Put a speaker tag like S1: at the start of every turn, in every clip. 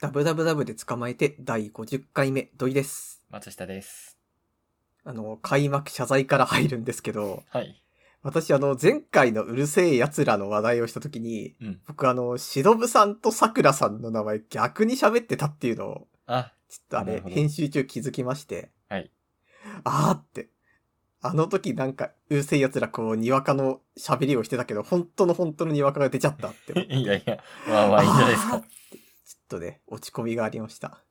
S1: ダブダブダブで捕まえて第50回目、土井です。
S2: 松下です。
S1: あの、開幕謝罪から入るんですけど、
S2: はい。
S1: 私あの、前回のうるせえ奴らの話題をした時に、
S2: うん。
S1: 僕あの、しのぶさんとさくらさんの名前逆に喋ってたっていうのを、
S2: あ、
S1: ちょっとあ
S2: な
S1: れ
S2: る、ほど
S1: 編集中気づきまして、
S2: はい。
S1: あーって。あの時なんか、うるせえ奴らこう、にわかの喋りをしてたけど、本当の本当のにわかが出ちゃったって思って。
S2: いやいや、まあまあいいんじゃないです
S1: あーっ
S2: か
S1: て。ちょっとね、落ち込みがありました。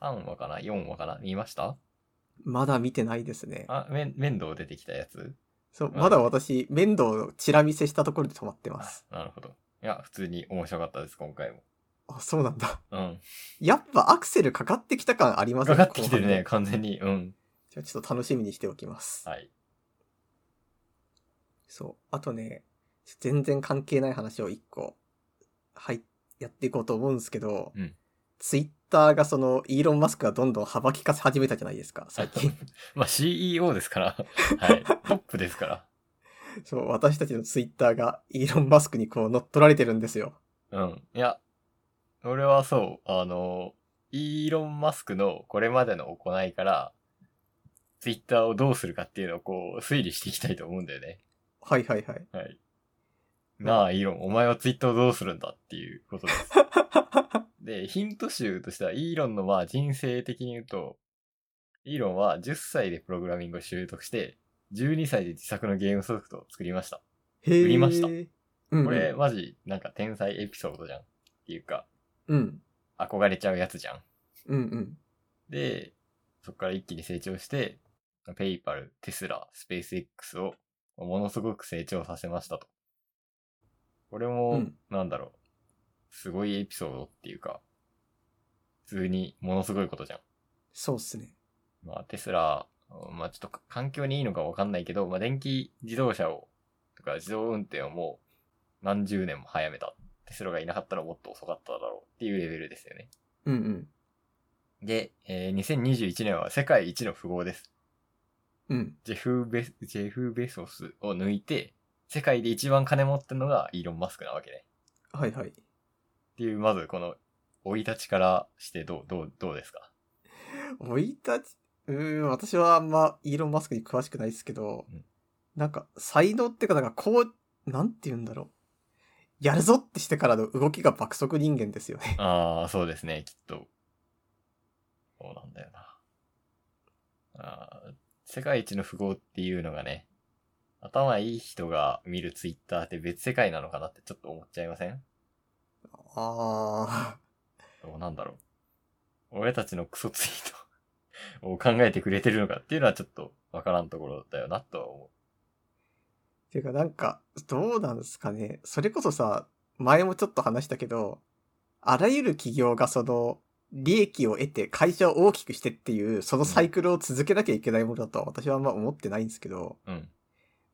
S2: 3話かな ?4 話かな見ました
S1: まだ見てないですね。
S2: あ、めん、面倒出てきたやつ
S1: そう、
S2: まあ
S1: まだ私、面倒をチラ見せしたところで止まってま
S2: あ
S1: す。、
S2: なるほど。いや、普通に面白かったです、今回も。
S1: あ、そうなんだ。
S2: うん。
S1: やっぱアクセルかかってきた感あります
S2: かかってきて
S1: 後
S2: る
S1: 半
S2: ね、
S1: で
S2: 完全に。うん。
S1: じゃあちょっと楽しみにしておきます。
S2: はい。
S1: そう。あとね、全然関係ない話を一個、はい、やっていこうと思うんですけど、
S2: うん
S1: ツイッターがその、イーロン・マスクがどんどん幅利かせ始めたじゃないですか、最近。
S2: まあ CEO です から。はい。トップですから。
S1: そう、私たちのツイッターがイーロン・マスクにこう乗っ取られてるんですよ。
S2: うん。いや、俺はそう、あの、イーロン・マスクのこれまでの行いから、ツイッターをどうするかっていうのをこう、推理していきたいと思うんだよね。
S1: はいはいはい。
S2: はい。なあ、イーロン、お前はツイッターをどうするんだっていうことです。 で、ヒント集としては、イーロンのまあ人生的に言うと、イーロンは10歳でプログラミングを習得して、12歳で自作のゲームソフトを作りました。
S1: へー
S2: 売りました
S1: うんうん、
S2: これ、マジ、なんか天才エピソードじゃん。っていうか、
S1: うん。
S2: 憧れちゃうやつじゃん。
S1: うんうん。
S2: で、そこから一気に成長して、ペイパル、テスラ、スペース X をものすごく成長させましたと。これも、
S1: うん
S2: なんだろう、すごいエピソードっていうか、普通にものすごいことじゃん。
S1: そうっすね。
S2: まあテスラ、まあちょっとか環境にいいのかわかんないけど、まあ電気自動車を、とか自動運転をもう何十年も早めた。テスラがいなかったらもっと遅かっただろうっていうレベルですよね。
S1: うんうん。
S2: で、えー2021年は世界一の富豪です。
S1: うん。
S2: ジェフ・ベス、ジェフ・ベソスを抜いて、世界で一番金持ってるのがイーロン・マスクなわけね。
S1: はいはい。
S2: っていう、まずこの、生い立ちからしてどう、どう、どうですか
S1: 生い立ち、うーん、私はあんまイーロン・マスクに詳しくないですけど、
S2: うん
S1: なんか、才能ってか、なんかこう、なんて言うんだろう。やるぞってしてからの動きが爆速人間ですよね。
S2: ああ、そうですね、きっと。そうなんだよな。あー世界一の富豪っていうのがね、頭いい人が見るツイッターって別世界なのかなってちょっと思っちゃいません
S1: あ
S2: どうなんだろう。俺たちのクソツイートを考えてくれてるのかっていうのはちょっとわからんところだよなとは思う。
S1: ー。てか、なんか、どうなんですかね。それこそさ、前もちょっと話したけど、あらゆる企業がその、利益を得て会社を大きくしてっていう、そのサイクルを続けなきゃいけないものだとは私はあんま思ってないんですけど、
S2: うん。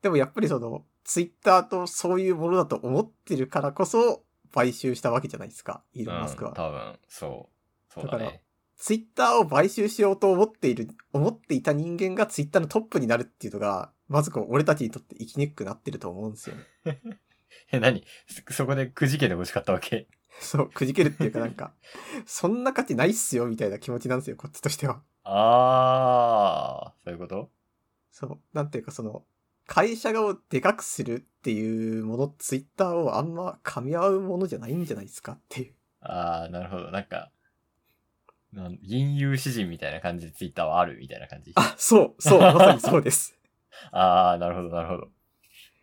S1: でもやっぱりその、ツイッターとそういうものだと思ってるからこそ、買収したわけじゃないですか、イーロン・マスク
S2: うん、
S1: は。
S2: 多分、そう。そう
S1: だ
S2: だ
S1: から
S2: ね。
S1: ツイッターを買収しようと思っている、思っていた人間がツイッターのトップになるっていうのが、まずこう、俺たちにとって生きにくくなってると思うんですよね。
S2: え、何そそこでくじけて欲しかったわけ
S1: そう、くじけるっていうかなんか、そんな価値ないっすよ、みたいな気持ちなんですよ、こっちとしては。
S2: あー、そういうこと
S1: そう、なんていうかその、会社をでかくするっていうもの、ツイッターをあんま噛み合うものじゃないんじゃないですかっていう。
S2: あー、なるほど。なんか、なん銀融詩人みたいな感じでツイッターはあるみたいな感じ。
S1: あ、そう、そう、まさにそうです。
S2: あー、なるほど、なるほど。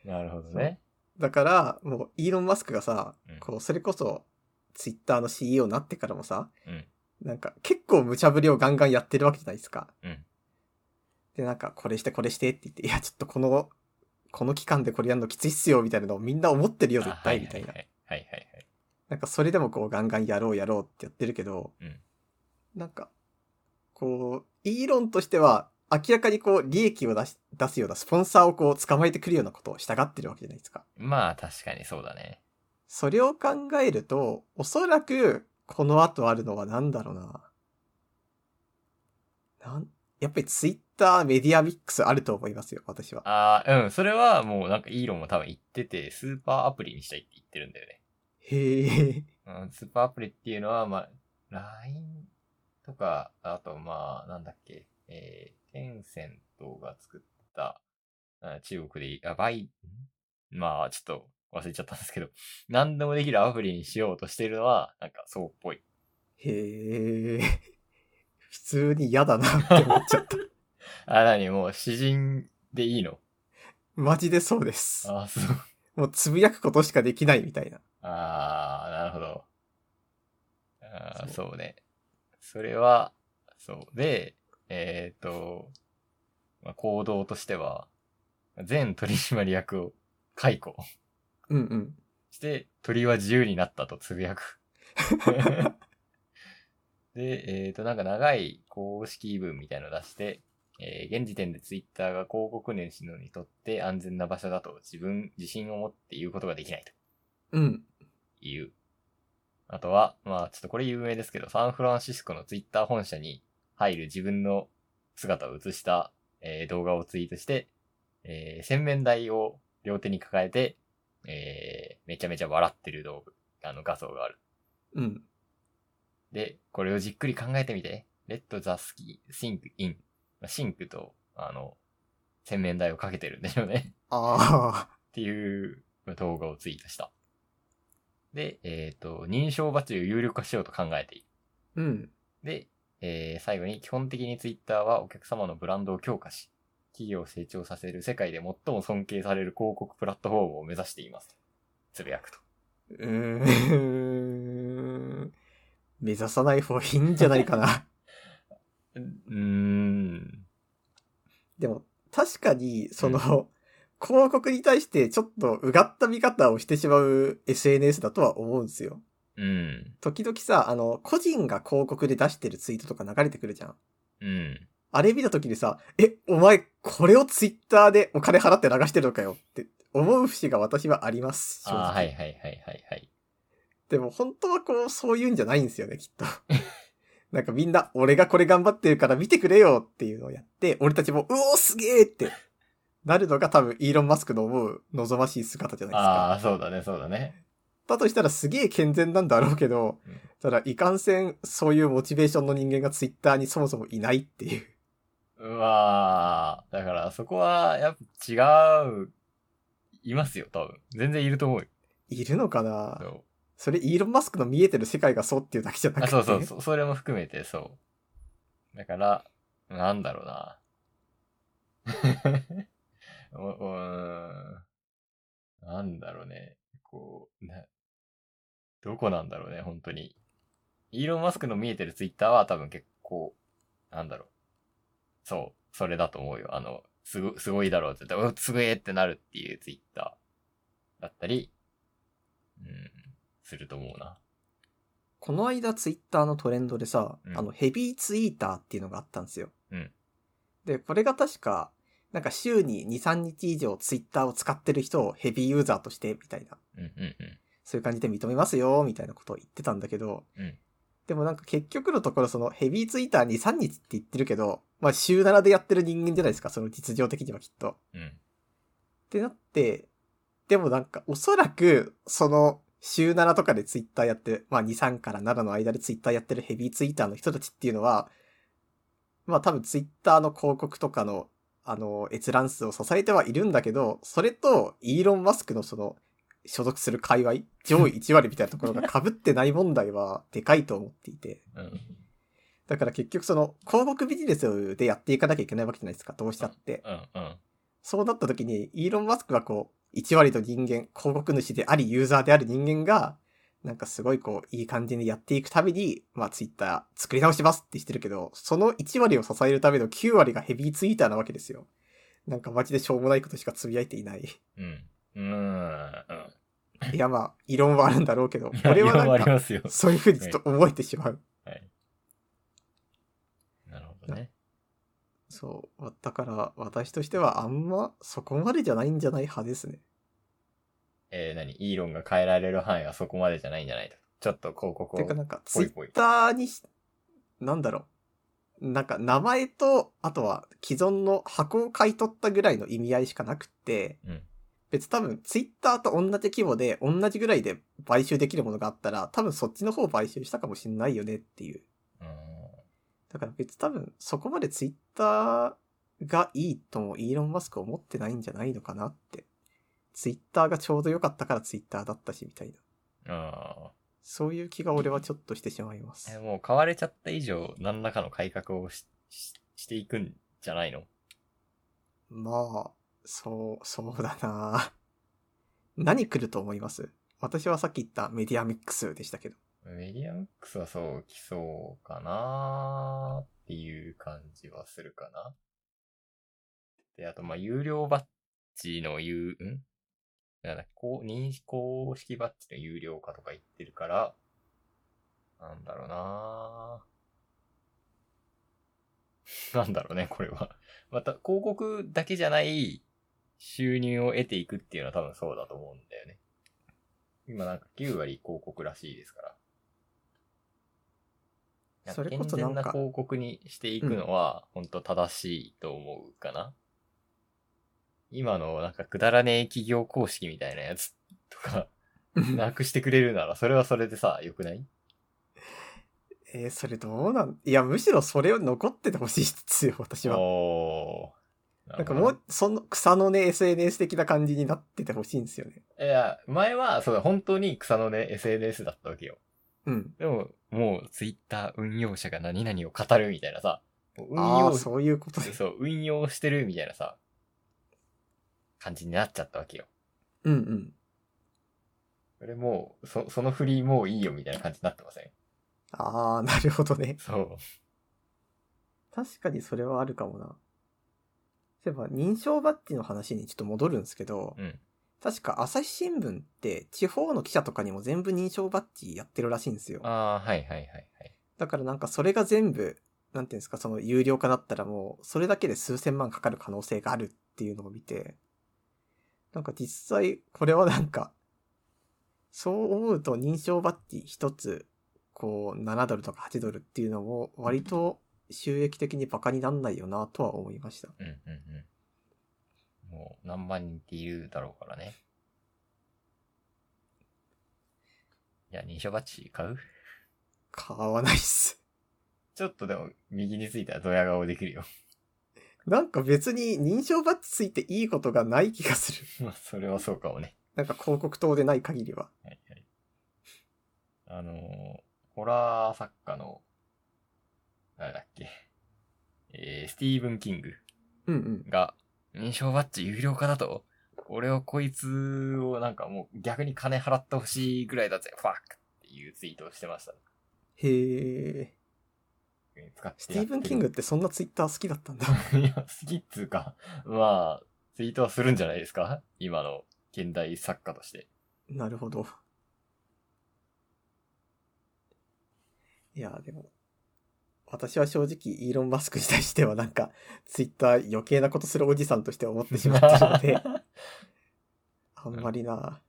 S2: なるほどね。
S1: だから、もう、イーロン・マスクがさ、
S2: うん
S1: こう、それこそ、ツイッターの CEO になってからもさ、
S2: うん
S1: なんか、結構無茶ぶりをガンガンやってるわけじゃないですか。
S2: うん
S1: で、なんか、これしてこれしてって言って、いや、ちょっとこの、この期間でこれやるのきついっすよ、みたいなのをみんな思ってるよ、絶
S2: あ
S1: 対、みたいな
S2: は。いはいはい。はいはいはい
S1: なんか、それでもこう、ガンガンやろうやろうってやってるけど、
S2: うん
S1: なんか、こう、イーロンとしては、明らかにこう、利益を出し、出すような、スポンサーをこう、捕まえてくるようなことを従ってるわけじゃないですか。
S2: まあ、確かにそうだね。
S1: それを考えると、おそらく、この後あるのは何だろうな。なん、やっぱりツイッターメディアミックスあると思いますよ、私は。
S2: あー、うん、それはもうなんかイーロンも多分言ってて、スーパーアプリにしたいって言ってるんだよね。
S1: へえ。
S2: うん、スーパーアプリっていうのは、まあ、 LINE とか、あと、まあ、なんだっけ、えー、テンセントが作った、あ中国でいい、あ、バイ、んまあ、ちょっと忘れちゃったんですけど、何でもできるアプリにしようとしているのは、なんかそうっぽい。
S1: へえ。普通に嫌だなって思っちゃ った。
S2: あ、なに、もう詩人でいいの
S1: マジでそうです。
S2: あ、そう。
S1: もうつぶやくことしかできないみたいな。
S2: ああ、なるほど。ああ、
S1: そ
S2: そうね。それは、そう。で、えっ、と、まあ、行動としては、全取締役を解雇
S1: うんうん。
S2: して、鳥は自由になったとつぶやく。で、えっ、と、なんか長い公式文みたいのを出して、えー現時点でツイッターが広告主のにとって安全な場所だと自分自信を持って言うことができないと。
S1: うん。
S2: 言う。あとは、まあちょっとこれ有名ですけど、サンフランシスコのツイッター本社に入る自分の姿を映した、えー動画をツイートして、えー洗面台を両手に抱えて、えーめちゃめちゃ笑ってる動画、あの画像がある。
S1: うん。
S2: で、これをじっくり考えてみて。Let the ski sink in. まあシンクと、あの、洗面台をかけてるんでしょうね。
S1: ああ。
S2: っていう動画をツイートした。で、えっ、と、認証バッジを有力化しようと考えてい
S1: う
S2: る。
S1: ん。
S2: で、えー最後に基本的にツイッターはお客様のブランドを強化し、企業を成長させる世界で最も尊敬される広告プラットフォームを目指しています。つぶやくと。
S1: うーん。目指さない方がいいんじゃないかな。
S2: うーん。
S1: でも、確かに、その、広告に対してちょっとうがった見方をしてしまう SNS だとは思うんですよ。
S2: うん。
S1: 時々さ、あの、個人が広告で出してるツイートとか流れてくるじゃん。
S2: うん。
S1: あれ見た時にさ、え、お前、これをツイッターでお金払って流してるのかよって思う節が私はあります。正直
S2: ああー、はいはいはいはいはい。
S1: でも本当はこう、そういうんじゃないんですよね、きっと。 なんかみんな、俺がこれ頑張ってるから見てくれよっていうのをやって、俺たちも、うおーすげえってなるのが多分イーロン・マスクの思う望ましい姿じゃないですか。
S2: ああ、そうだね、そうだね。
S1: だとしたらすげえ健全なんだろうけど
S2: うん、
S1: ただいかんせんそういうモチベーションの人間がツイッターにそもそもいないっていう。
S2: うわー。だからそこは、やっぱ違う、いますよ、多分。全然いると思うよ。
S1: いるのかな
S2: そう
S1: それイーロン・マスクの見えてる世界がそうっていうだけじゃなく
S2: あ、
S1: て。
S2: そうそうそう、それも含めて、そう。だから、なんだろうな。 おおーんなんだろうね。こう、な、どこなんだろうね、本当に。イーロン・マスクの見えてるツイッターは多分結構、なんだろう。そう、それだと思うよ。あの、すご、すごいだろうって言ったら、うわすごいってなるっていうツイッターだったり、うん、すると思うな。
S1: この間ツイッターのトレンドでさ、
S2: うん
S1: あのヘビーツイーターっていうのがあったんですよ。
S2: うん
S1: で、これが確か、なんか週に2、3日以上ツイッターを使ってる人をヘビーユーザーとして、みたいな。
S2: うんうんうん。
S1: そういう感じで認めますよ、みたいなことを言ってたんだけど、
S2: うん
S1: でもなんか結局のところそのヘビーツイーター2、3日って言ってるけど、まあ週7でやってる人間じゃないですか、その実情的にはきっと。
S2: うん。
S1: ってなって、でもなんかおそらく、その、週7とかでツイッターやってる、まあ2、3から7の間でツイッターやってるヘビーツイッターの人たちっていうのは、まあ多分ツイッターの広告とかの、あの、閲覧数を支えてはいるんだけど、それとイーロン・マスクのその、所属する界隈、上位1割みたいなところが被ってない問題はでかいと思っていて。
S2: うん。
S1: だから結局その、広告ビジネスでやっていかなきゃいけないわけじゃないですか、どうしたって。
S2: うん。うん。
S1: そうなった時に、イーロン・マスクがこう、1割の人間、広告主であり、ユーザーである人間が、なんかすごいこう、いい感じにやっていくために、まあツイッター作り直しますってしてるけど、その1割を支えるための9割がヘビーツイーターなわけですよ。なんかマジでしょうもないことしかつぶやいてい ない。
S2: うん。うーん。うん
S1: いやまあ、異論はあるんだろうけど、
S2: い
S1: 俺
S2: や
S1: はな
S2: もあ
S1: ん
S2: り
S1: か、
S2: ますよ。
S1: そういうふうにちょっと思えてしまう。
S2: はい。なるほどね。
S1: そう。だから、私としてはあんま、そこまでじゃないんじゃない派ですね。
S2: えー、何イーロンが変えられる範囲はそこまでじゃないんじゃないと。ちょっと広告を。
S1: てかなんか、ツ
S2: ぽ
S1: イ
S2: いぽい
S1: ッターにし、なんだろう。なんか名前と、あとは既存の箱を買い取ったぐらいの意味合いしかなくって、
S2: うん
S1: 別多分ツイッターと同じ規模で同じぐらいで買収できるものがあったら多分そっちの方を買収したかもしんないよねっていう。
S2: うん。
S1: だから別多分そこまでツイッターがいいともイーロン・マスク思ってないんじゃないのかなって。ツイッターがちょうど良かったからツイッターだったしみたいな。
S2: あ
S1: そういう気が俺はちょっとしてしまいま
S2: ー
S1: す
S2: え。もう買われちゃった以上、何らかの改革をしししていくんじゃないの
S1: まあ、そう、そうだな 何来ると思います私はさっき言ったメディアミックスでしたけど。
S2: メディアムックスはそう、来そうかなーっていう感じはするかな。で、あと、まあ、有料バッジの有、んなんだ、こう、認識、公式バッジの有料化とか言ってるから、なんだろうなー なんだろうね、これは。また、広告だけじゃない収入を得ていくっていうのは多分そうだと思うんだよね。今なんか9割広告らしいですから。なん
S1: そ
S2: か
S1: れこそなん
S2: 健全な
S1: か
S2: 広告にしていくのは、本当正しいと思うかな。今のなんかくだらねえ企業公式みたいなやつとか、なくしてくれるなら、それはそれでさ、良くない
S1: えーそれどうなんいや、むしろそれを残っててほしいですよ、私は。
S2: おー。
S1: なんか
S2: るほ
S1: も
S2: ど
S1: う、その草のね、SNS 的な感じになっててほしいんですよね。
S2: いや、前は、そうだ、本当に草のね、SNS だったわけよ。
S1: うん。
S2: でも、もう、ツイッター運用者が何々を語るみたいなさ、もう運
S1: ああ、
S2: 用、
S1: そういうことです。
S2: そう、運用してるみたいなさ、感じになっちゃったわけよ。
S1: うんうん。
S2: それもう、そ、その振りもういいよみたいな感じになってません
S1: ああ、なるほどね。
S2: そう。
S1: 確かにそれはあるかもな。そういえば、認証バッジの話にちょっと戻るんですけど、
S2: うん。
S1: 確か朝日新聞って地方の記者とかにも全部認証バッジやってるらしいんですよ。
S2: ああ、はいはいはいはい。
S1: だからなんかそれが全部、なんていうんですか、その有料化だったらもう、それだけで数千万かかる可能性があるっていうのを見て、なんか実際、これはなんか、そう思うと認証バッジ一つ、こう、7ドルとか8ドルっていうのも、割と収益的にバカになんないよなとは思いました。
S2: うんうんうん。もう、何万人っているだろうからね。いや、認証バッジ買う
S1: 買わないっす。
S2: ちょっとでも、右についたらドヤ顔できるよ。
S1: なんか別に認証バッジついていいことがない気がする。
S2: まあ、それはそうかもね。
S1: なんか広告塔でない限りは。
S2: はいはい。あのーホラー作家の、誰だっけ、えー、スティーブン・キング
S1: うんうん。
S2: が、認証バッジ有料化だと俺をこいつをなんかもう逆に金払ってほしいぐらいだぜ、ファックっていうツイートをしてましたね。
S1: へえ。
S2: 使って
S1: スティーブン・キングってそんなツイッター好きだ ったんだ。
S2: グ いや、好きっつうか、まあ、ツイートはするんじゃないですか今の現代作家として。
S1: なるほど。いや、でも、私は正直、イーロン・マスクに対してはなんか、ツイッター余計なことするおじさんとして思ってしまってるので、 あんまりな。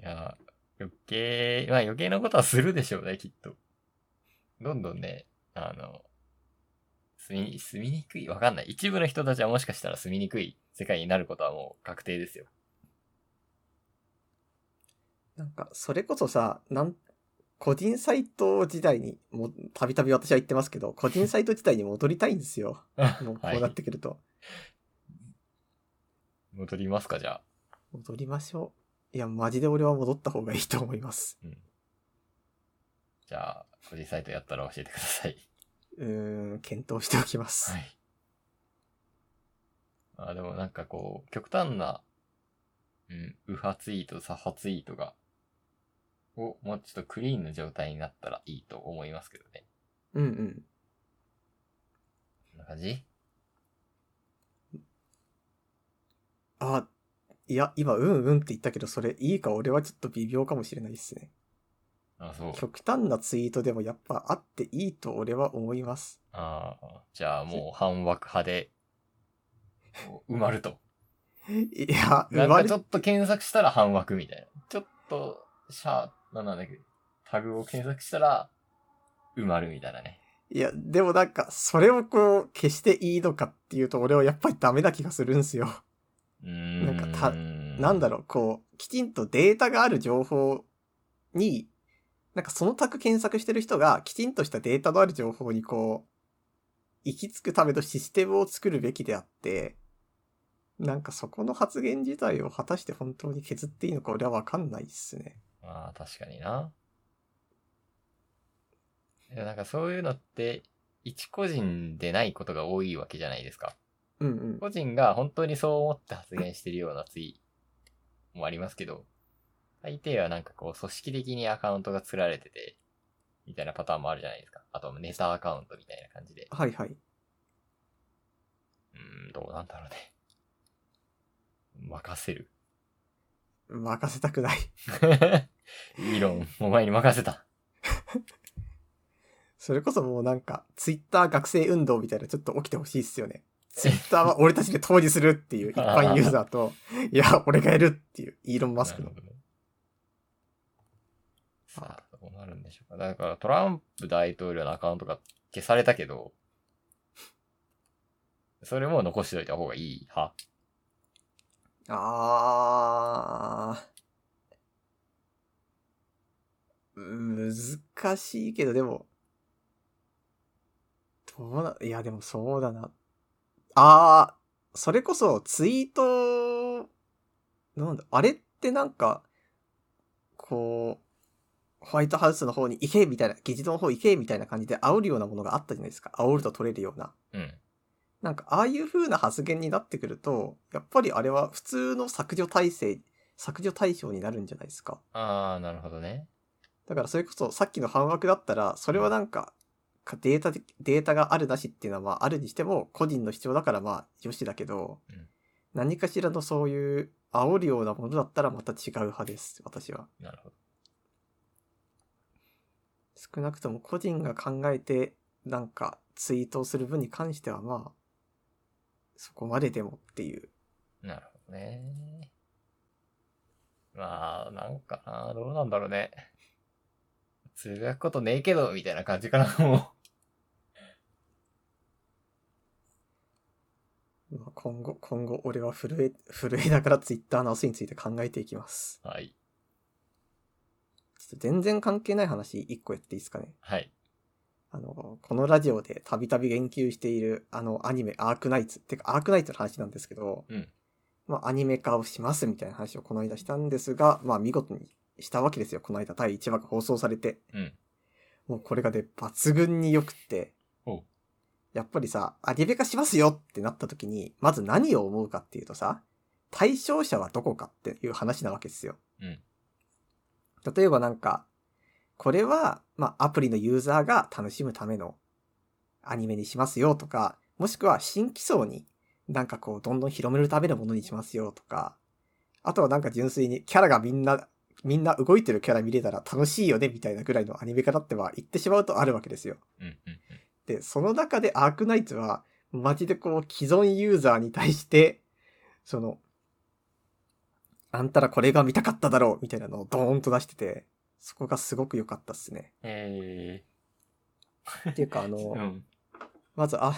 S2: いや、余計、まあ余計なことはするでしょうね、きっと。どんどんね、あの、住み、住みにくい、わかんない。一部の人たちはもしかしたら住みにくい世界になることはもう確定ですよ。
S1: なんか、それこそさ、なん、個人サイト時代に、も、たびたび私は言ってますけど、個人サイト時代に戻りたいんです よ。もうこ
S2: は
S1: うなっ
S2: い。
S1: てくると。
S2: 戻りますか、じゃあ。
S1: 戻りましょう。いや、マジで俺は戻った方がいいと思います。
S2: じゃあ、個人サイトやったら教えてください。
S1: うーん、検討しておきます。
S2: はい。あ、でもなんかこう、極端な、うん、右派ツイート、左派ツイートが、を、もうちょっとクリーンな状態になったらいいと思いますけどね。
S1: うんうん。
S2: こんな感じ
S1: あ、いや、今、うんうんって言ったけど、それいいか俺はちょっと微妙かもしれないですね。
S2: あ、そう。
S1: 極端なツイートでもやっぱあっていいと俺は思い ます。
S2: ああ、じゃあもう半枠派で、こう埋まると。
S1: いや、
S2: な
S1: 生
S2: ん
S1: ま
S2: か
S1: れ
S2: ちょ、っと検索したら半枠みたいな。ちょっと、シャー、なんなんだっけ、タグを検索したら、埋まるみたいなね。
S1: いや、でもなんか、それをこう、消していいのかっていうと、俺はやっぱりダメな気がするんすよ。
S2: うん
S1: なんかたなんだろう、こう、きちんとデータがある情報に、なんかそのタグ検索してる人が、きちんとしたデータのある情報にこう、行き着くためのシステムを作るべきであって、なんかそこの発言自体を果たして本当に削っていいのか俺はわかんないっすね。
S2: まあ確かにな。でもなんかそういうのって、一個人でないことが多いわけじゃないですか。
S1: うんうん。
S2: 個人が本当にそう思って発言してるようなツイもありますけど、大抵はなんかこう組織的にアカウントが釣られてて、みたいなパターンもあるじゃないですか。あとネタアカウントみたいな感じで。
S1: はいはい。
S2: うーん、どうなんだろうね。 任せる。
S1: 任せたくない。
S2: イーロン、お前に任せた。
S1: それこそもうなんか、ツイッター学生運動みたいなちょっと起きてほしいっすよね。ツイッターは俺たちで統治するっていう一般ユーザーと、いや、俺がやるっていう、イーロン・マスクの
S2: な。るほどねさあ、どうなるんでしょうか。だからトランプ大統領のアカウントが消されたけど、それも残しておいた方がいい派。
S1: あー。難しいけど、でも、どうな、いや、でもそうだな。あー、それこそツイート、なんだ、あれってなんか、こう、ホワイトハウスの方に行けみたいな、議事堂の方行けみたいな感じで煽るようなものがあったじゃないですか。煽ると取れるような。
S2: うん。
S1: なんか、ああいう風な発言になってくると、やっぱりあれは普通の削除体制、削除対象になるんじゃないですか。
S2: ああ、なるほどね。
S1: だからそれこそさっきの反枠だったら、それはなんか、かデータで、データがあるなしっていうのはまああるにしても、個人の主張だからまあよしだけど、
S2: うん
S1: 何かしらのそういう煽るようなものだったらまた違う派です、私は。
S2: なるほど。
S1: 少なくとも個人が考えて、なんかツイートをする分に関してはまあ、そこまででもっていう。
S2: なるほどね。まあ、なんかな、どうなんだろうね。つぶやくことねえけど、みたいな感じかな、も
S1: まあ今後、今後、俺は震え、 震えながらツイッターの明日について考えていきます。
S2: う。 はい。
S1: ちょっと全然関係ない話、一個やっていいですかね。
S2: はい。
S1: あの、このラジオでたびたび言及している、あの、アニメ、アークナイツ、てか、アークナイツの話なんですけど、
S2: うん
S1: まあ、アニメ化をしますみたいな話をこの間したんですが、まあ、見事にしたわけですよ。この間、第1話が放送されて。
S2: うん。
S1: もうこれがね、抜群に良くって
S2: おう。
S1: やっぱりさ、アニメ化しますよってなった時に、まず何を思うかっていうとさ、対象者はどこかっていう話なわけですよ。
S2: うん
S1: 例えばなんか、これは、まあ、アプリのユーザーが楽しむためのアニメにしますよとか、もしくは新規層になんかこう、どんどん広めるためのものにしますよとか、あとはなんか純粋にキャラがみんなみんな動いてるキャラ見れたら楽しいよねみたいなぐらいのアニメ化だっては言ってしまうとあるわけですよ。
S2: うん、うん、うん。
S1: で、その中でアークナイツは、マジでこう既存ユーザーに対して、その、あんたらこれが見たかっただろうみたいなのをドーンと出してて、そこがすごく良かったっすね。
S2: え
S1: っていうかあの、
S2: ー。 うん。
S1: まず、あ、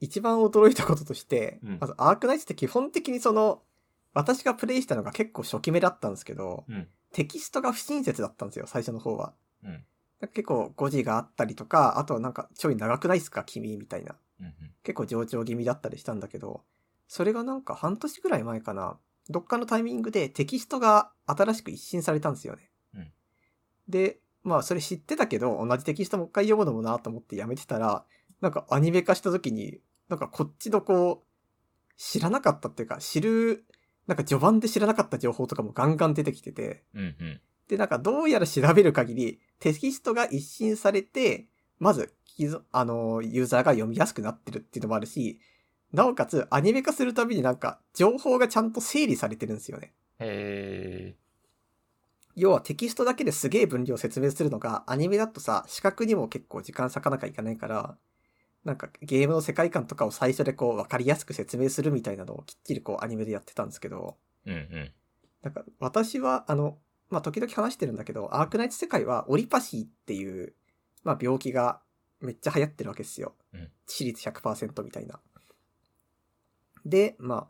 S1: 一番驚いたこととして、
S2: うん
S1: まずアークナイツって基本的にその、私がプレイしたのが結構初期目だったんですけど、
S2: うん
S1: テキストが不親切だったんですよ、最初の方は。
S2: うん
S1: なんか結構誤字があったりとか、あとはなんかちょい長くないっすか、君みたいな。
S2: うん
S1: 結構上長気味だったりしたんだけど、それがなんか半年ぐらい前かな、どっかのタイミングでテキストが新しく一新されたんですよね。
S2: うん
S1: で、まあそれ知ってたけど、同じテキストもう一回読むのもなと思ってやめてたら、なんかアニメ化した時に、なんかこっちのこう、知らなかったっていうか、知る、なんか序盤で知らなかった情報とかもガンガン出てきてて、
S2: うん。うんうん。
S1: で、なんかどうやら調べる限り、テキストが一新されて、まず、既存あの、ユーザーが読みやすくなってるっていうのもあるし、なおかつ、アニメ化するたびになんか、情報がちゃんと整理されてるんですよね。
S2: え
S1: 要はテキストだけですげえ分量を説明するのが、アニメだとさ、視覚にも結構時間割かなきゃいけないから、なんかゲームの世界観とかを最初でこう、わかりやすく説明するみたいなのをきっちりこう、アニメでやってたんですけど、
S2: ー。うんうん。
S1: なんか私はあの、まあ、時々話してるんだけど、アークナイツ世界はオリパシーっていう、まあ、病気がめっちゃ流行ってるわけですよ。
S2: うん
S1: 致死率100%みたいな。で、まあ、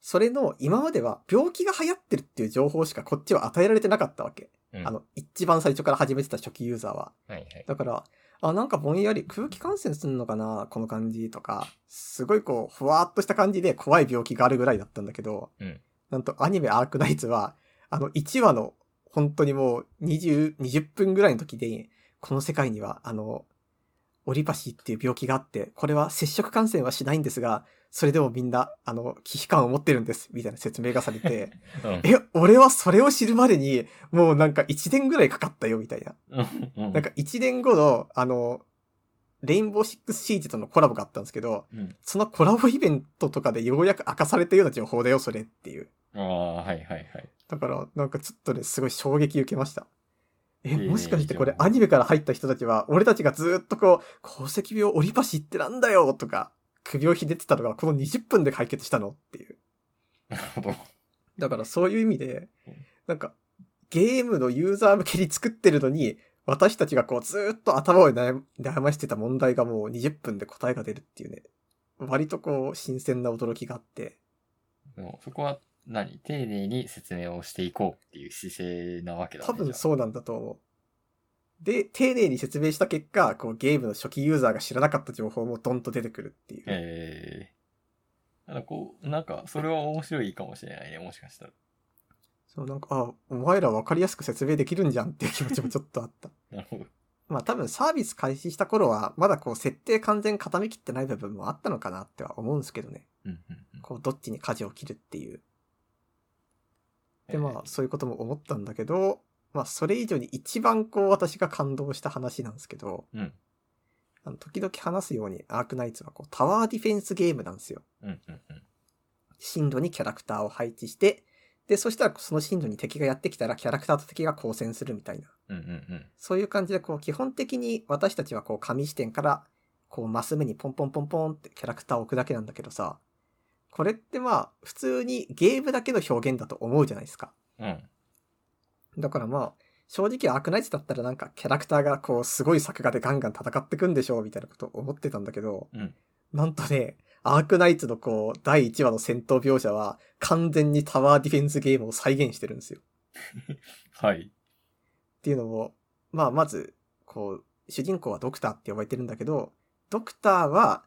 S1: それの今までは病気が流行ってるっていう情報しかこっちは与えられてなかったわけ。
S2: うん
S1: あの、一番最初から始めてた初期ユーザーは。
S2: はいはい。
S1: だから、あ、なんかぼんやり空気感染すんのかなこの感じとか、すごいこう、ふわーっとした感じで怖い病気があるぐらいだったんだけど、
S2: うん
S1: なんとアニメアークナイツは、あの、1話の、本当にもう20、20分ぐらいの時で、この世界には、あの、オリパシーっていう病気があって、これは接触感染はしないんですが、それでもみんな、あの、危機感を持ってるんです、みたいな説明がされ て、
S2: うん
S1: え、俺はそれを知るまでに、もうなんか1年ぐらいかかったよ、みたいな。
S2: うん。
S1: なんか1年後の、あの、レインボーシックスシージとのコラボがあったんですけど、
S2: うん。
S1: そのコラボイベントとかでようやく明かされたような情報だよ、それっていう。
S2: ああ、はいはいはい。
S1: だから、なんかちょっとね、すごい衝撃受けました。え、
S2: いいね
S1: もしかしてこ
S2: い
S1: れ
S2: い情報
S1: アニメから入った人たちは、俺たちがずーっとこう、鉱石病オリパシってなんだよとか、首をひねってたのがこの20分で解決したのっていう。
S2: なるほど。
S1: だからそういう意味で
S2: うん、
S1: なんか、ゲームのユーザー向けに作ってるのに、私たちがこうずーっと頭を悩悩ましてた問題がもう20分で答えが出るっていうね、割とこう新鮮な驚きがあって、
S2: でもそこは何丁寧に説明をしていこうっていう姿勢なわけだ、ね、
S1: 多分
S2: う。
S1: そうなんだと思う。で、丁寧に説明した結果、こうゲームの初期ユーザーが知らなかった情報もドンと出てくるっていう。
S2: ええなんかこう、なんか、それは面白いかもしれないね、もしかしたら。
S1: そうなんか、あ、お前ら分かりやすく説明できるんじゃんっていう気持ちもちょっとあった。
S2: なるほど。
S1: まあ多分サービス開始した頃は、まだこう設定完全固めきってない部分もあったのかなっては思うんですけどね。
S2: うんうんうん。
S1: こうどっちに舵を切るっていう。
S2: え
S1: で
S2: ー
S1: まあそういうことも思ったんだけど、まあそれ以上に一番こう私が感動した話なんですけど、
S2: うん。
S1: あの時々話すようにアークナイツはこうタワーディフェンスゲームなんですよ。
S2: うんうんうん。
S1: 進路にキャラクターを配置して、で、そしたらその進路に敵がやってきたらキャラクターと敵が交戦するみたいな。
S2: うんうん
S1: そういう感じで、こう、基本的に私たちはこう、紙視点から、こう、マス目にポンポンポンポンってキャラクターを置くだけなんだけどさ、これってまあ、普通にゲームだけの表現だと思うじゃないですか。
S2: うん。うん。
S1: だからまあ、正直アークナイツだったらなんかキャラクターがこう、すごい作画でガンガン戦ってくんでしょう、みたいなことを思ってたんだけど、
S2: うん
S1: なんとね、アークナイツのこう、第1話の戦闘描写は、完全にタワーディフェンスゲームを再現してるんですよ。
S2: はい。
S1: っていうのも、まあ、まず、こう、主人公はドクターって呼ばれてるんだけど、ドクターは、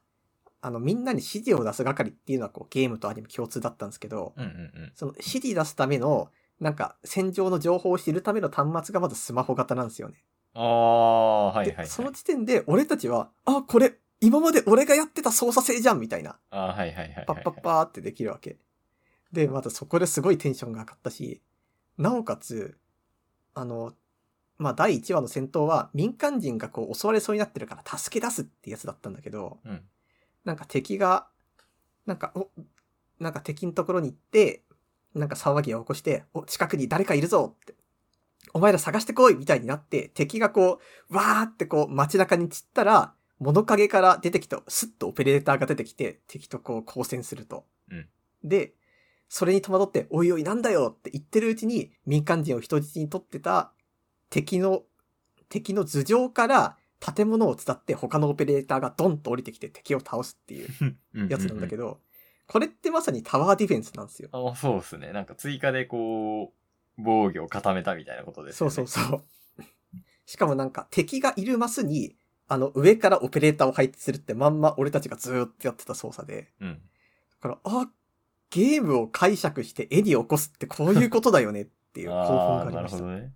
S1: あの、みんなに指示を出す係っていうのは、こう、ゲームとアニメ共通だったんですけど、
S2: うんうんうん。
S1: その指示出すための、なんか、戦場の情報を知るための端末がまずスマホ型なんですよね。
S2: ああ、はいはい、は
S1: で、
S2: い。
S1: その時点で、俺たちは、あ、これ、今まで俺がやってた操作性じゃんみたいな。
S2: ああ、はいはいはいはい。
S1: パッパッパーってできるわけ。で、またそこですごいテンションが上がったし、なおかつ、あの、まあ、第1話の戦闘は民間人がこう襲われそうになってるから助け出すってやつだったんだけど、
S2: うん。
S1: なんか敵が、なんか、お、なんか敵のところに行って、なんか騒ぎを起こして、お、近くに誰かいるぞって。お前ら探してこいみたいになって、敵がこう、わーってこう街中に散ったら、物陰から出てきた、スッとオペレーターが出てきて、敵とこう交戦すると。
S2: うん
S1: で、それに戸惑って、おいおいなんだよって言ってるうちに、民間人を人質に取ってた敵の、敵の頭上から建物を伝って他のオペレーターがドンと降りてきて敵を倒すって いうやつなんだけ
S2: ど。
S1: ど、これってまさにタワーディフェンスなんですよ。
S2: あそうですね。なんか追加でこう、防御を固めたみたいなことです
S1: そ
S2: よ
S1: う
S2: ね。
S1: そうそう。しかもなんか敵がいるマスに、あの上からオペレーターを配置するってまんま俺たちがずーっとやってた操作で。
S2: う。うん。
S1: だから、あ、ゲームを解釈して絵に起こすってこういうことだよねっていう興奮が
S2: あ
S1: あ
S2: あ、
S1: りま
S2: なる
S1: した
S2: ほ。どね。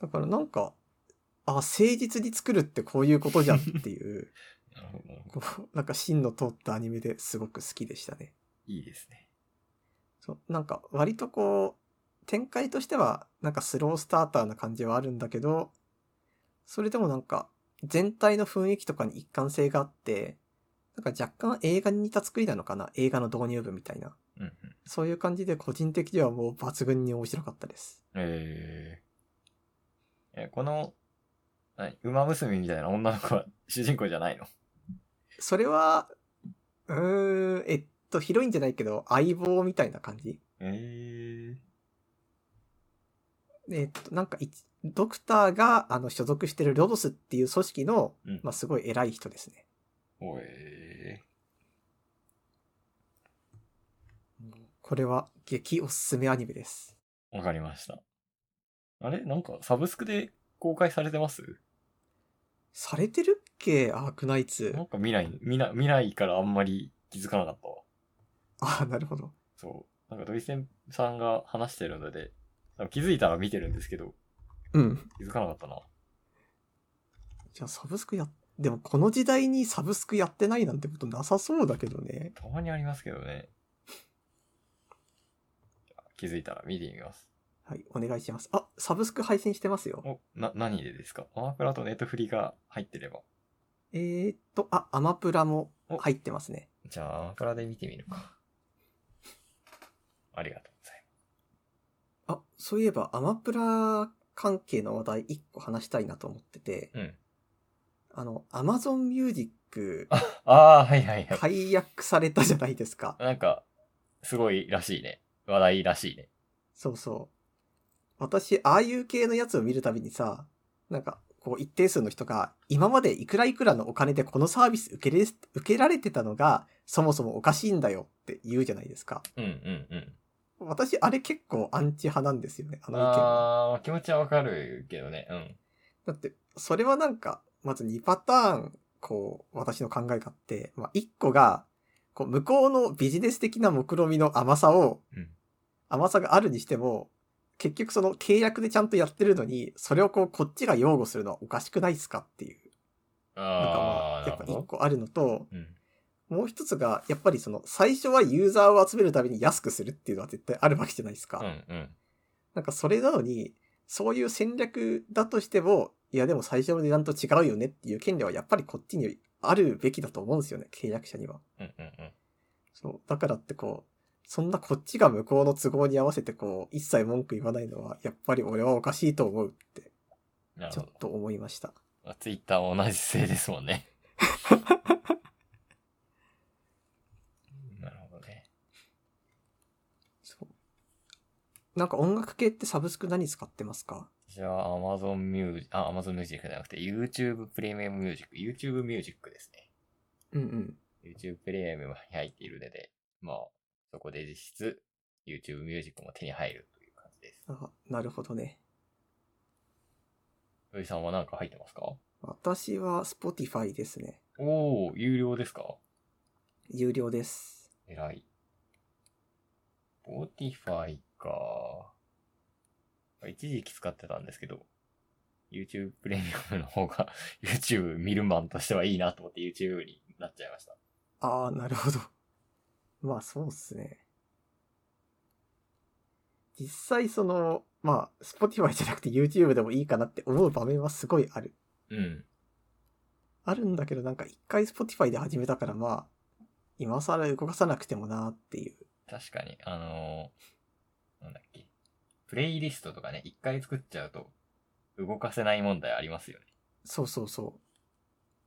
S1: だからなんか、あ、誠実に作るってこういうことじゃんっていう、
S2: なるほどなるほど。
S1: こうなんか芯の通ったアニメですごく好きでしたね。
S2: いいですね。
S1: そう、なんか割とこう、展開としてはなんかスロースターターな感じはあるんだけど、それでもなんか全体の雰囲気とかに一貫性があって、なんか若干映画に似た作りなのかな映画の導入部みたいな。
S2: うんうん。
S1: そういう感じで個人的にはもう抜群に面白かったです。
S2: えー、えこの、何馬娘みたいな女の子は 主人公じゃないの
S1: それは、うーん、えっと、ヒロインじゃないけど、相棒みたいな感じ
S2: え
S1: えっと、なんかいち、ドクターが、あの、所属してるロドスっていう組織の、
S2: うん
S1: まあ、すごい偉い人ですね。
S2: ー、おえ
S1: これは激おすすめアニメです。
S2: わかりました。あれなんか、サブスクで公開されてます
S1: されてるっけアークナイツ
S2: な。んか見ない、見な、見ないからあんまり気づかなかったわ。
S1: ああ、なるほど。
S2: そう。なんか土井先さんが話してるので、なんか気づいたら見てるんですけど、
S1: うん。
S2: 気づかなかったな。
S1: じゃあサブスクや、でもこの時代にサブスクやってないなんてことなさそうだけどね。
S2: たまにありますけどね。気づいたら見てみます。
S1: はい、お願いします。あ、サブスク配信してますよ。
S2: お、な、何でですかアマプラとネットフリが入ってれば。
S1: えーっと、あ、アマプラも入ってますね。
S2: じゃあ、アマプラで見てみるか。ありがとうござい
S1: あ、そういえばアマプラ関係の話題一個話したいなと思ってて、
S2: ます。うん。
S1: あの、アマゾンミュージック
S2: ああー、はいはいはい。
S1: 解約されたじゃないですか。
S2: なんか、すごいらしいね。話題らしいね。
S1: そうそう。私、ああいう系のやつを見るたびにさ、なんか、こう一定数の人が、今までいくらいくらのお金でこのサービス受けれ、受けられてたのが、そもそもおかしいんだよって言うじゃないですか。
S2: うんうんうん。私
S1: 私、あれ結構アンチ派なんですよね、あの意見は。
S2: ああ、気持ちはわかるけどね。うん。
S1: だって、それはなんか、まず2パターン、こう、私の考えがあって、まあ、1個が、こう、向こうのビジネス的な目論見みの甘さを、
S2: うん
S1: 甘さがあるにしても、結局その契約でちゃんとやってるのに、それをこう、こっちが擁護するのはおかしくないですかっていう、なん
S2: あ
S1: か
S2: あ、
S1: まあ、や
S2: な
S1: っぱ
S2: る
S1: 1
S2: ほど。
S1: 個あるのと、
S2: うん。
S1: もう一つが、やっぱりその、最初はユーザーを集めるために安くするっていうのは絶対あるわけじゃないですか。
S2: うんうん。
S1: なんかそれなのに、そういう戦略だとしても、いやでも最初の値段と違うよねっていう権利はやっぱりこっちにあるべきだと思うんですよね、契約者には。
S2: うんうんうん。
S1: そう。だからってこう、そんなこっちが向こうの都合に合わせてこう、一切文句言わないのは、やっぱり俺はおかしいと思うって、
S2: なる
S1: ちょ
S2: ほ
S1: っ
S2: ど。
S1: と思いました。
S2: まあツイッターも同じ姿勢ですもん ね。なるほどね。
S1: そう。なんか音楽系ってサブスク何使ってますか
S2: じゃあ、Amazon Music、あ、Amazon Music じゃなくて YouTube プレミアム Music、YouTube Music です
S1: うんうん。
S2: ね。YouTube プレミアムに入っているので、まあ、そこで実質 YouTube Music も手に入るという感じです。
S1: あ、なるほどね。
S2: 土井さんは何か入ってますか
S1: 私は Spotify ですね。
S2: おー、有料ですか
S1: 有料です。
S2: 偉い。Spotify か。一時期使ってたんですけど、YouTube プレミアムの方が YouTube 見るマンとしてはいいなと思って YouTube になっちゃいました。
S1: ああ、なるほど。 まあそうっすね。実際その、まあ、Spotify じゃなくて YouTube でもいいかなって思う場面はすごいある。
S2: うん。
S1: あるんだけどなんか一回 Spotify で始めたからまあ、今更動かさなくてもなーっていう。
S2: 確かに、あのーなんだっけ。プレイリストとかね、一回作っちゃうと動かせない問題ありますよね。
S1: そうそうそ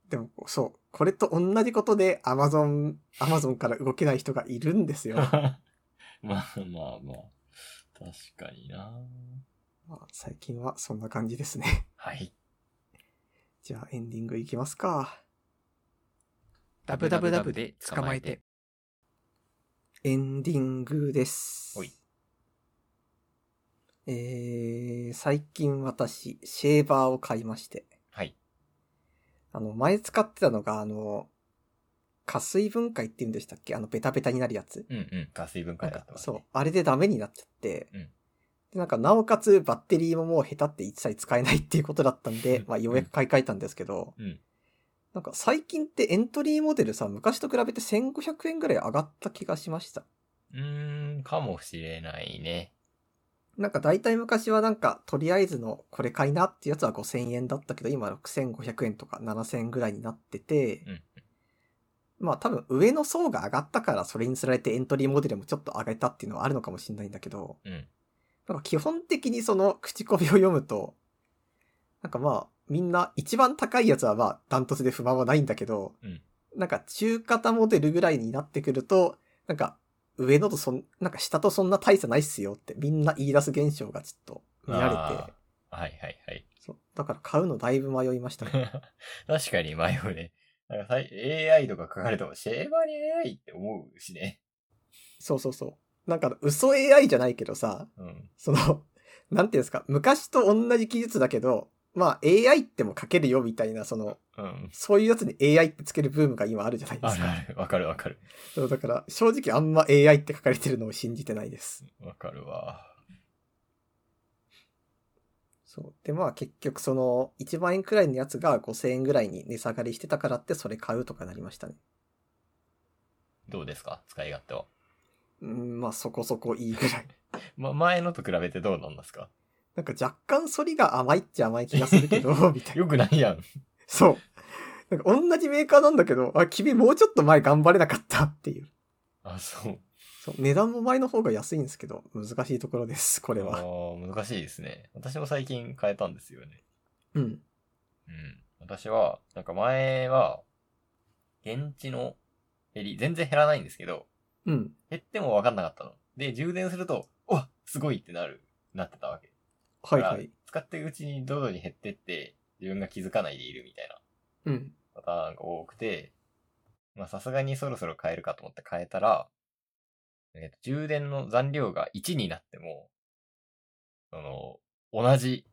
S1: う。でも、そう。これと同じことで Amazon、Amazon から動けない人がいるん ですよ。
S2: まあまあまあ。確かにな
S1: まあ、最近はそんな感じですね。
S2: はい。
S1: じゃあエンディングいきますか。
S3: ダブダブダブで捕まえて。
S1: エンディングです。
S2: ほい
S1: えー、最近私、シェーバーを買いまして。
S2: はい。
S1: あの、前使ってたのが、あの、加水分解って言うんでしたっけあの、ベタベタになるやつ。
S2: うんうん。加水分
S1: な
S2: 解
S1: ん
S2: だっ
S1: か
S2: た、わ
S1: そう。あれでダメになっちゃって。
S2: うん
S1: で、なんか、なおかつバッテリーももう下手って一切使えないっていうことだったんで
S2: う、ん
S1: まあ、ようやく買い替えたんですけど、
S2: うん
S1: なんか、最近ってエントリーモデルさ、昔と比べて1500円ぐらい上がった気がしました。
S2: うーん、かもしれないね。
S1: なんか大体昔はなんかとりあえずのこれ買いなってやつは5000円だったけど今6500円とか7000円ぐらいになってて、
S2: うん
S1: まあ多分上の層が上がったからそれにつられてエントリーモデルもちょっと上げたっていうのはあるのかもしれないんだけど、
S2: うん。
S1: なんか基本的にその口コミを読むと、なんかまあみんな一番高いやつはまあダントツで不満はないんだけど、
S2: うん
S1: なんか中型モデルぐらいになってくると、なんか上のとそん、なんか下とそんな大差ないっすよってみんな言い出す現象がちょっと見られて、
S2: あーはいはい
S1: そうだから買うのだいぶ迷いましたね。
S2: はい。確かに迷うね。なんかさい AI とか書かれても、シェーバーに AI って思うしね。
S1: そうそうそう。なんか嘘 AI じゃないけどさ、
S2: うん。
S1: その、なんていうんですか、昔と同じ技術だけど、まあ AI っても書けるよみたいな、その、
S2: うん。
S1: そういうやつに AI ってつけるブームが今あるじゃないで
S2: あ
S1: す
S2: る
S1: か。
S2: ある。わかるわかる。
S1: そうだから、正直あんま AI って書かれてるのを信じてないです。
S2: わかるわ。
S1: そう。で、まあ結局その1万円くらいのやつが5000円くらいに値下がりしてたからってそれ買うとかなりましたね。
S2: どうですか使い勝手は。
S1: うん、まあそこそこいいくらい。
S2: ま、前のと比べてどうなんですか
S1: なんか若干反りが甘いっちゃ甘い気がするけど、みたいな。
S2: よくないやん。
S1: そう。なんか同じメーカーなんだけど、あ、君もうちょっと前頑張れなかったっていう。
S2: あ、そう。
S1: そう値段も前の方が安いんですけど、難しいところです、こ
S2: こ
S1: れは。
S2: 難しいですね。私も最近変えたんですよね。
S1: うん。
S2: うん。私は、なんか前は、現地の減り、全然減らないんですけど、
S1: うん。
S2: 減ってもわかんなかったの。で、充電すると、うわすごいってなる、なってたわけ。
S1: はい
S2: だか
S1: は
S2: ら
S1: い。
S2: 使ってるうちに徐々に減ってって、自分が気づかないでいるみたいな
S1: うん。
S2: パターンが多くて、まあさすがにそろそろ変えるかと思って変えたら、えっと充電の残量が1になっても、その、同じ、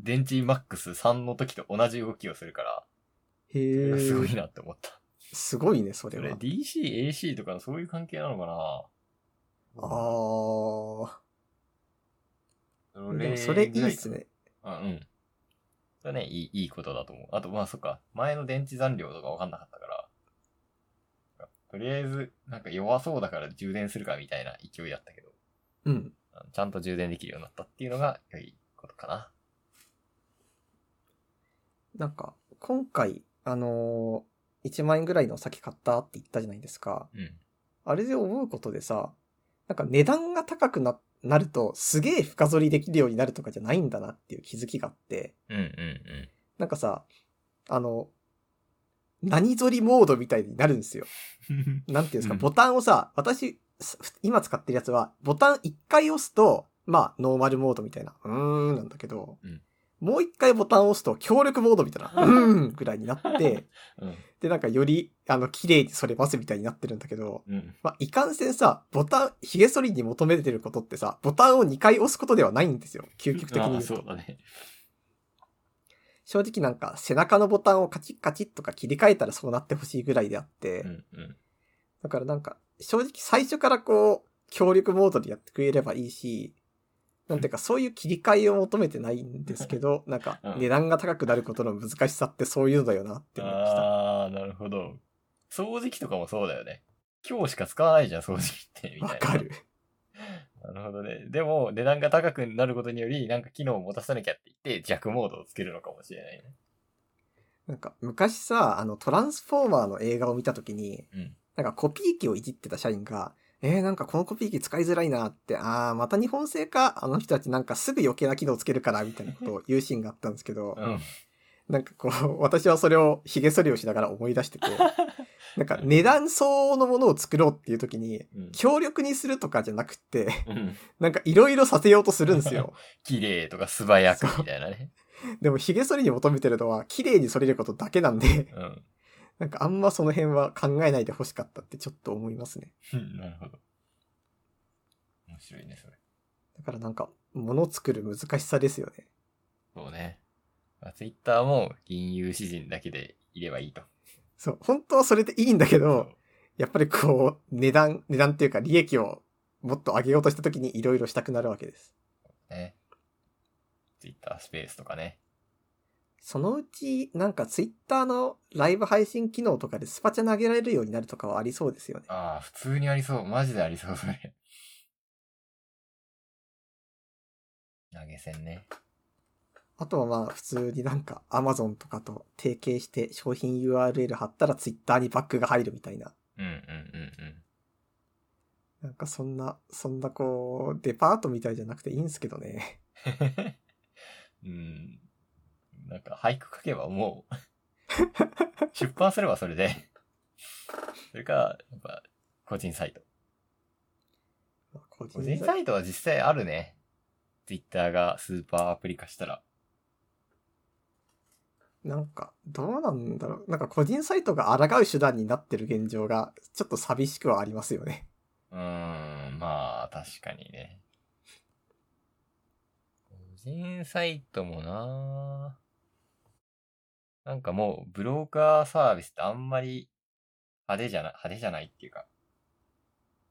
S2: 電池マックス3の時と同じ動きをするから、
S1: へ
S2: それが
S1: え。
S2: すごいなって思った。
S1: すごいね、それ
S2: それ
S1: は。
S2: DC、AC とかのそういう関係なのかな
S1: あー。
S2: そ
S1: でもそれいいっすね。
S2: あ、うん。それね、いい、いいことだと思う。あと、まあそっか、前の電池残量とかわかんなかったから、とりあえず、なんか弱そうだから充電するかみたいな勢いだったけど、
S1: うん。
S2: あのちゃんと充電できるようになったっていうのが良いことかな。
S1: なんか、今回、あのー、1万円ぐらいの先買ったって言ったじゃないですか。
S2: うん。
S1: あれで思うことでさ、なんか値段が高くな、なると、すげえ深掘りできるようになるとかじゃないんだなっていう気づきがあって、
S2: うんうんうん。
S1: なんかさ、あの、何ぞりモードみたいになるんですよ。なんていうんですか、
S2: うん
S1: ボタンをさ、私、す今使ってるやつは、ボタン一回押すと、まあ、ノーマルモードみたいな、うーんなんだけど、
S2: うん
S1: もう一回ボタンを押すと、強力モードみたい な、うーんぐらいになって、
S2: うん。
S1: で、なんかより、あの、綺麗にそれますみたいになってるんだけど、
S2: うん。
S1: まあ、いかんせんさ、ボタン、髭剃りに求めてることってさ、ボタンを2回押すことではないんですよ。究極的に
S2: あ
S1: 言
S2: あ、
S1: うと。
S2: そうだね。
S1: 正直なんか、背中のボタンをカチッカチッとか切り替えたらそうなってほしいぐらいであって、
S2: うんうん。
S1: だからなんか、正直最初からこう、協力モードでやってくれればいいし、なんていうかそういう切り替えを求めてないんですけど、なんか
S2: うん
S1: 値段が高くなることの難しさってそういうのだよなって思いました。
S2: ああ、なるほど。掃除機とかもそうだよね。今日しか使わないじゃん、掃除機って。みたいな
S1: わかる。
S2: なるほどね。でも、値段が高くなることにより、なんか機能を持たさなきゃって言って、弱モードをつけるのかもしれないね。
S1: なんか昔さ、あのトランスフォーマーの映画を見た時に、
S2: うん。
S1: なんかコピー機をいじってた社員が、えー、なんかこのコピー機使いづらいなって、あー、また日本製か、あの人たちなんかすぐ余計な機能つけるから、みたいなことを言うシーンがあったんですけど、
S2: うん。
S1: なんかこう、 私はそれを髭剃りをしながら思い出 してて、なんか値段相応のものを作ろうっていう時に、
S2: うん。
S1: 強力にするとかじゃなくて、
S2: うん。
S1: なんかいろいろさせようとするんですよ。
S2: 綺麗とか素早くみたいなね。
S1: でも髭剃りに求めてるのは綺麗に剃れることだけなんで、
S2: うん。
S1: なんかあんまその辺は考えないで欲しかったってちょっと思いますね。
S2: うんなるほど。面白いね、それ。
S1: だからなんか、物を作る難しさですよね。
S2: そうね。ツイッターも銀融詩人だけでいればいいと。
S1: そう、本当はそれでいいんだけど、やっぱりこう、値段、値段っていうか利益をもっと上げようとした時にいろいろしたくなるわけです。
S2: う。ね。ツイッタースペースとかね。
S1: そのうち、なんかツイッターのライブ配信機能とかでスパチャ投げられるようになるとかはありそうですよね。
S2: ああ、普通にありそう。マジでありそう、それ。投げ銭ね。
S1: あとはまあ普通になんか Amazon とかと提携して商品 URL 貼ったらツイッターにバックが入るみたいな。
S2: うんうんうんうん。
S1: なんかそんな、そんなこう、デパートみたいじゃなくていいんすけどね。
S2: うん。なんか俳句書けばもう、出版すればそれで。それか、やっぱ、個人サイト。
S1: 個人
S2: 個人サイトは実際あるね。Twitter がスーパーアプリ化したら。
S1: なんか、どうなんだろう。なんか個人サイトが抗う手段になってる現状がちょっと寂しくはありますよね。
S2: うーん、まあ、確かにね。個人サイトもななんかもう、ブローカーサービスってあんまり派手じゃな、派手じゃないっていうか、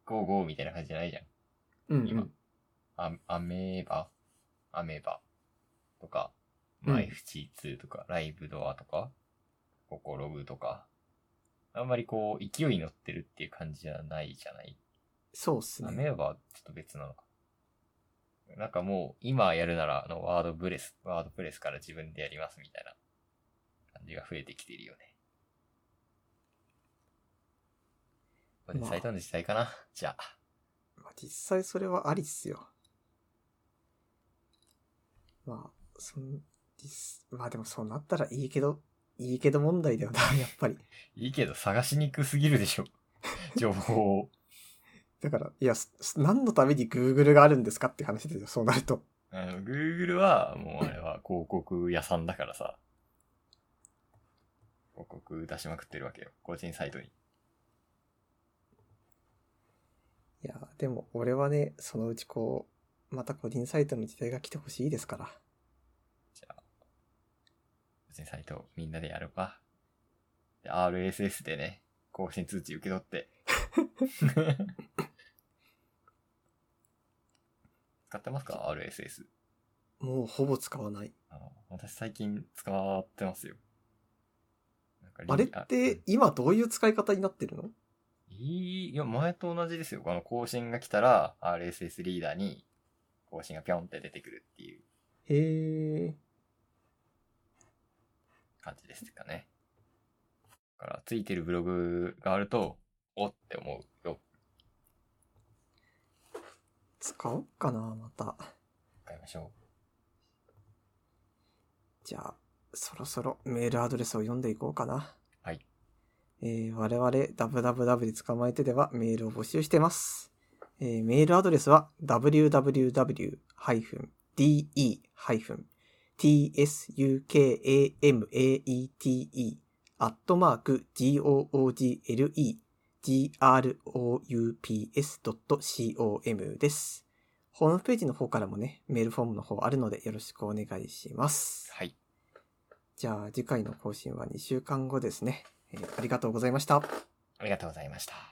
S2: ゴーゴーみたいな感じじゃないじゃん。
S1: うん、
S2: 今
S1: うん。
S2: アアメーバアメーバとか、マイフチ2とか、ライブドアとか、ココログとか、あんまりこう、勢いに乗ってるっていう感じじゃないじゃない。
S1: そうっす
S2: ア
S1: ね。
S2: メーバはちょっと別なのか。なんかもう、今やるなら、あの、ワードプレス、ワードプレスから自分でやりますみたいな感じが増えてきているよね。これで
S1: まあ
S2: サイトの時代かな、じゃあ。
S1: まあ実際それはありっすよ。まあ、そん、実、まあでもそうなったらいいけど、いいけど問題だよな、 やっぱり。
S2: いいけど探しにくすぎるで しょ。情報を。
S1: だから、いや、すす何のために Google があるんですかって話ですよ、そうなると。
S2: あの、Google は、もうあれは広告屋さんだからさ。広告出しまくってるわけよ。個人サイトに。
S1: いや、でも俺はね、そのうちこう、また個人サイトの時代が来てほしいですから。
S2: じゃあ、個人サイトみんなでやろうか。で RSS でね、更新通知受け取って。 使ってますか ?RSS。
S1: もうほぼ使わない。
S2: あの、私最近使ってますよ。なんかリ
S1: あれっ
S2: うん
S1: て今どういう使い方になってるの
S2: いい、いや、前と同じですよ。あの、更新が来たら、RSS リーダーに、更新がぴょんって出てくるっていう
S1: へえ。
S2: 感じですかね。だから、ついてるブログがあると、おって思うよ。
S1: 使おうかな、また。
S2: 使いましょ
S1: じゃあ、そろそろメールアドレスを読んでいこうかな。
S2: はい。
S1: えー、我々 www で捕まえてではメールを募集してます。えー、メールアドレスは www-de-tsukamate アットマーク google-groups.com です。ホームページの方からもね、メールフォームの方あるのでよろしくお願いします
S2: う。。はい。
S1: じゃあ次回の更新は2週間後ですね。えーありがとうございました。
S2: ありがとうございました。